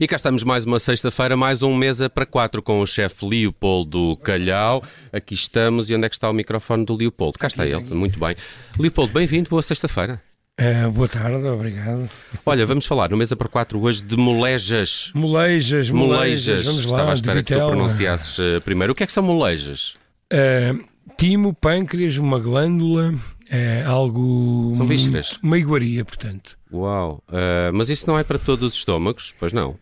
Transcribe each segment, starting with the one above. E cá estamos mais uma sexta-feira, mais um Mesa para Quatro com o chefe Leopoldo Calhau. Aqui estamos e onde é que está o microfone do Leopoldo? Cá está ele, muito bem. Leopoldo, bem-vindo, boa sexta-feira. Eh, boa tarde, obrigado. Olha, vamos falar no Mesa para Quatro hoje de molejas. Molejas, molejas, Molejas. vamos lá, Estava à espera de né? que tu vitela. pronunciasses eh, primeiro. O que é que são molejas? Eh, timo, pâncreas, uma glândula, eh, algo... São vísceras. Uma iguaria, portanto. Uau, eh, mas isso não é para todos os estômagos? Pois não.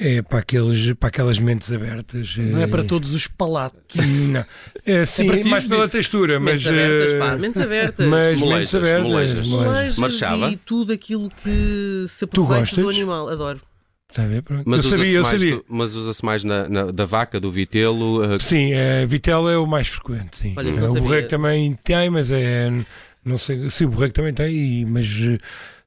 É para, aqueles, para aquelas mentes abertas. Não eh, é para todos os palatos. Não. É, sim, para ti, mais Judite. pela textura, mas... Mentes abertas, eh, pá, mentes abertas. Mas Molejas, mentes abertas. molejas. molejas. Leijas Marchava? e tudo aquilo que se aproveita gostas? do animal. Adoro. Está Tá a ver? Pronto. Mas eu sabia, usa-se eu mais, sabia. do- mas usa-se mais na- na- da vaca, do vitelo. eh, Sim, a vitela é o mais frequente, sim. Olha, isso Eh, não o sabia. borrego também tem, mas é. Não sei se o borrego também tem, e- mas eh,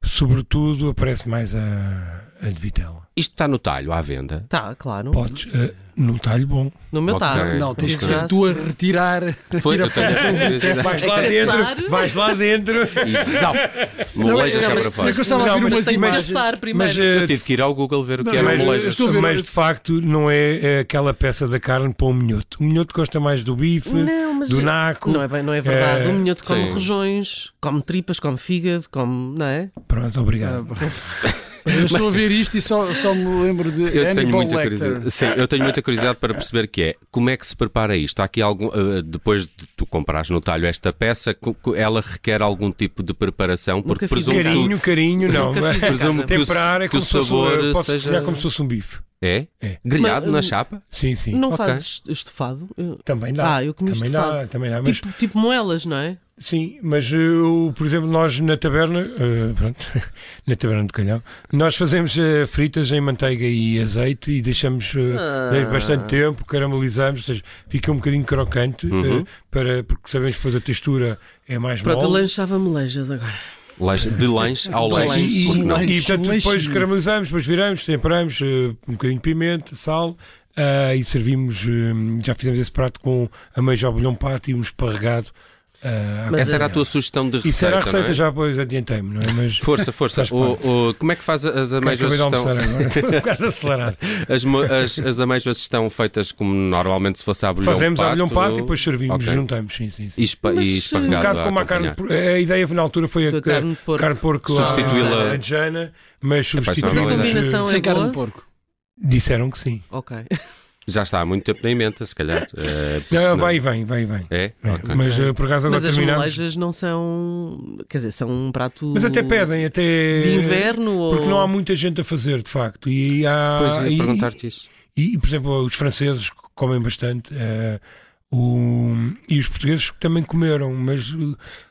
sobretudo aparece mais a, a de vitela. isto está no talho, à venda. Tá, claro. Podes, eh, num talho bom. No meu Ok. tá. É, Não, tens que claro. ser tu a retirar. Foi, eu tenho essa curiosidade. Vais lá dentro, caçar. vais lá dentro. E zau! Molejas Não, cá para mas- mas fora. eu estava a Não, ver mas umas tem Mas, Mas- imagens. Passar primeiro. Mas, eh, Eu tive que ir ao Google ver o que Não, era mas- molejas. estou a ver- mas eh, de facto não é, é aquela peça da carne para o minhoto. O minhoto gosta mais do bife, Não, mas- do naco. Não é, bem- não é verdade. Eh, o minhoto come sim. rojões, come tripas, come fígado, come. Não é? Pronto, obrigado. Ah, Eu estou a ver isto e só, só me lembro é de Eu tenho, Hannibal muita Lecter. curiosidade, sim, eu tenho muita curiosidade para perceber que é como é que se prepara isto. Há aqui algum, eh, depois de tu comprares no talho esta peça, co- co- ela requer algum tipo de preparação, porque Nunca fiz presumo que, um carinho, tu- carinho, não. Nunca fiz em presumo casa. que o- Temperar que é o como se fosse, sabor eh, posso seja- cozinhar como se fosse um bife. é? É. grelhado Mas, na hum, chapa. Sim, sim. não Ok. fazes estofado? Eu- Também dá. Ah, eu comi também estofado. dá, também dá. Mas, Tipo, tipo moelas, não é? Sim, mas eu, por exemplo, nós na taberna, eh, pronto, na taberna do Calhau, nós fazemos eh, fritas em manteiga e azeite e deixamos eh, Ah. bastante tempo, caramelizamos, ou seja, fica um bocadinho crocante, Uhum. eh, para, porque sabemos depois a textura é mais Pronto, mole. lanchava molejas agora. Lanche- de lanche ao De lanche. lanche. Porque não? E portanto, Lanche. depois caramelizamos, depois viramos, temperamos eh, um bocadinho de pimenta, sal ah, e servimos. eh, já fizemos esse prato com ameijo ao bolhão pato e um esparregado. ah, à Mas Essa era a é- tua sugestão de receita. Isso era a não é? receita, já depois adiantei-me, não é? Mas Força, força. Faz O- parte. o- como é que faz as acabei amêijoas? de almoçar Estão, agora, um bocado acelerado. as, mo- as, as amêijoas estão feitas como normalmente se fosse a abelhão Fazemos um pato, abelhão pato e depois servimos, Ok. juntamos, sim, sim, sim. e, espa, Mas, e eh, Um esparregado bocado a como a carne acompanhar. de porco. A ideia na altura foi a, Foi a carne carne de porco. carne de porco lá Substituí-la. à Anjana, mas pá, isso é uma substituímos. boa ideia. eh, Não é Sem carne boa? de porco. Disseram que sim. Ok. Já está há muito tempo na emenda, se calhar. Eh, por Não, isso vai e vem, vai e vem. É? É, Ok. Mas eh, por acaso agora Mas as terminamos. molejas não são. Quer dizer, são um prato. Mas até pedem, até. De inverno ou. Porque não há muita gente a fazer, de facto. E há. Pois é, Ah, e- perguntar-te isso. E, e, por exemplo, os franceses comem bastante. eh, o- e os portugueses também comeram, mas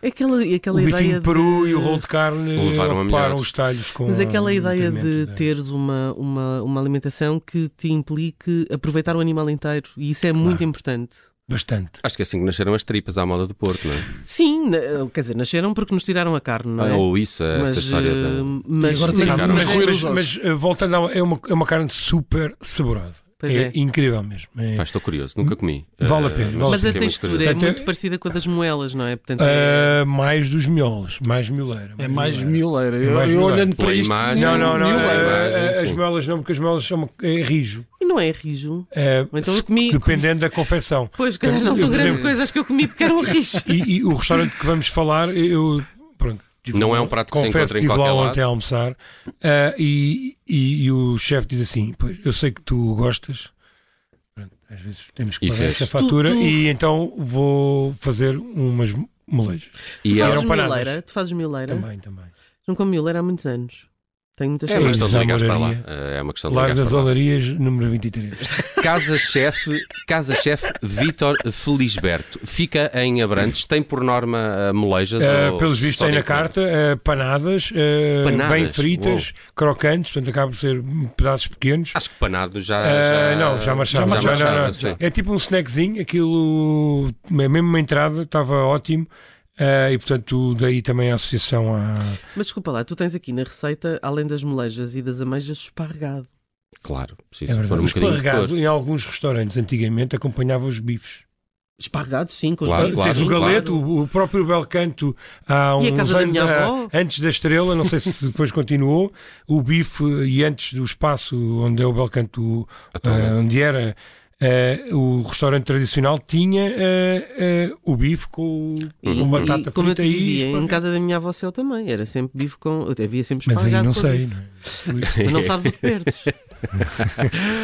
eh, Aquela, o aquela bifinho ideia de peru de... e o rolo de carne Levaram a ocuparam milhares. os talhos com é? Mas aquela a- ideia de muita teres uma, uma, uma alimentação que te implique aproveitar o animal inteiro, e isso é muito importante. Bastante. Acho que é assim que nasceram as tripas à moda do Porto, não é? Sim, na- quer dizer, nasceram porque nos tiraram a carne, não é? Ou isso, mas, Ah, essa história. eh, da- mas, E agora mas, tiraram. mas- Mas- roer os mas, eh, voltando, ao- é uma, é uma carne super saborosa. Pois é. incrível mesmo. É- Pá, estou curioso, nunca comi. Vale Eh, a pena, mas vale a mas a fiquei muito textura é curioso. Portanto, muito é- parecida com a das moelas, não é? Portanto, é- Eh, mais dos miolos, mais mioleira. É mais mioleira. mioleira. É Eu, mais eu mioleira. olhando para Pela isto. imagem. Não, não, não. mioleira. Mioleira. eh, eh, Sim. as miolas não, porque as miolas são uma- é rijo. e não é rijo. Eh, Então eu comi- Dependendo da confecção. Pois, calhar não eu, são por grande exemplo- coisa, acho que eu comi porque era um rijo. E, e o restaurante que vamos falar, eu. Pronto. tive- Não é um prato que se confesso encontra em estive lá qualquer lado. ontem a almoçar ah, e, e, e o chefe diz assim: Pois, eu sei que tu gostas. Pronto, às vezes temos que E pagar fez. esta fatura Tu- tu- e então vou fazer umas molejas. E tu era eram fazes panadas. mioleira? Tu fazes mioleira? Também, também. Não como mioleira há muitos anos. Tenho muitas é uma Sim, questão de ligares para lá. Zamorania. Eh, É uma questão de Largo ligares das para lá. Olarias, número 23. Casa-chefe Casa -chefe Vítor Felisberto. Fica em Abrantes. Tem por norma eh, molejas? Ah, ou pelos vistos, só tem de na encontro? carta ah, panadas, ah, Panadas? bem fritas, crocantes, portanto, acabam por ser pedaços pequenos. Acho que panado já. Ah, já- não, já marchava. Já Já marchava, não, não. sim. É tipo um snackzinho, aquilo, é mesmo uma entrada, estava ótimo. ah, e portanto, daí também a associação a. Mas desculpa lá, tu tens aqui na receita, além das molejas e das ameijas, esparregado. Claro, É preciso pôr verdade. um O bocadinho de cor. esparregado, em alguns restaurantes antigamente acompanhava os bifes. Esparregado, um sim, com Claro, os Ah, claro, dedos. Tens o sim, Galeto, claro. o- o próprio Belcanto há uns E a casa da anos minha a- avó? antes da Estrela, não sei se depois continuou, o Bife e antes do espaço onde é o Belcanto, Atualmente. ah, onde era ah, o restaurante tradicional, tinha ah, ah, o bife com, E- com batata um- e, como eu frita te e dizia, em esparregado. casa da minha avó céu também, era sempre bife com. Havia sempre Mas aí esparregado não com sei, bife. não é? Mas não sabes o que perdes.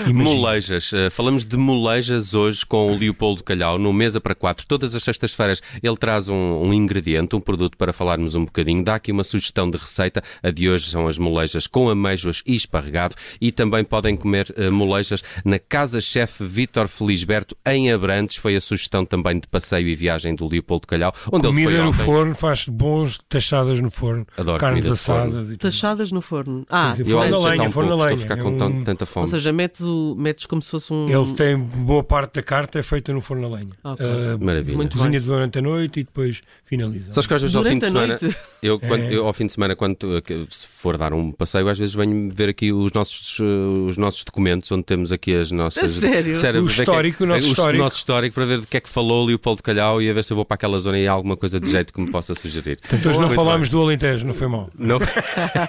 Imagina. Molejas. Eh, falamos de molejas hoje com o Leopoldo Calhau no Mesa para Quatro. Todas as sextas-feiras ele traz um, um ingrediente, um produto para falarmos um bocadinho. Dá aqui uma sugestão de receita. A de hoje são as molejas com amêijoas e esparregado. E também podem comer eh, molejas na casa-chefe Vítor Felisberto em Abrantes. Foi a sugestão também de passeio e viagem do Leopoldo Calhau, onde ele foi Comida no ontem. forno, faz bons tachadas no forno, Adoro carnes comida de forno. assadas e tudo. Tachadas no forno. Ah, Quer dizer, Eu Forno almocei na lenha, tão pouco, forno na estou a lenha. ficar É com um- tan- tanta fome. ou seja, metes, o, metes como se fosse um. Ele tem boa parte da carta é feita no forno a lenha. Ok. Ah, Maravilha. Muito cozinha bem. durante a noite e depois finaliza. Sabes que às vezes ao fim Durante de a semana, noite. eu, quando- É. eu ao fim de semana, quando eh, que- se for dar um passeio, às vezes venho ver aqui os nossos, eh, os nossos documentos, onde temos aqui as A nossas. sério? Sério, O ver que- histórico, o nosso histórico. nosso histórico, para ver de que é que falou Leopoldo Calhau e a ver se eu vou para aquela zona e há alguma coisa de jeito que me possa sugerir. Então hoje não Muito falámos do Alentejo, não foi mal. Um Não.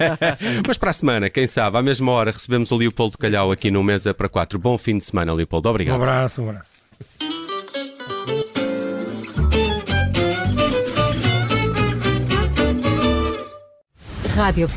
Mas para a semana, quem sabe, à mesma hora, recebemos o Leopoldo Calhau aqui no Mesa para Quatro. Bom fim de semana, Leopoldo. Um Obrigado. abraço, um abraço. Rádio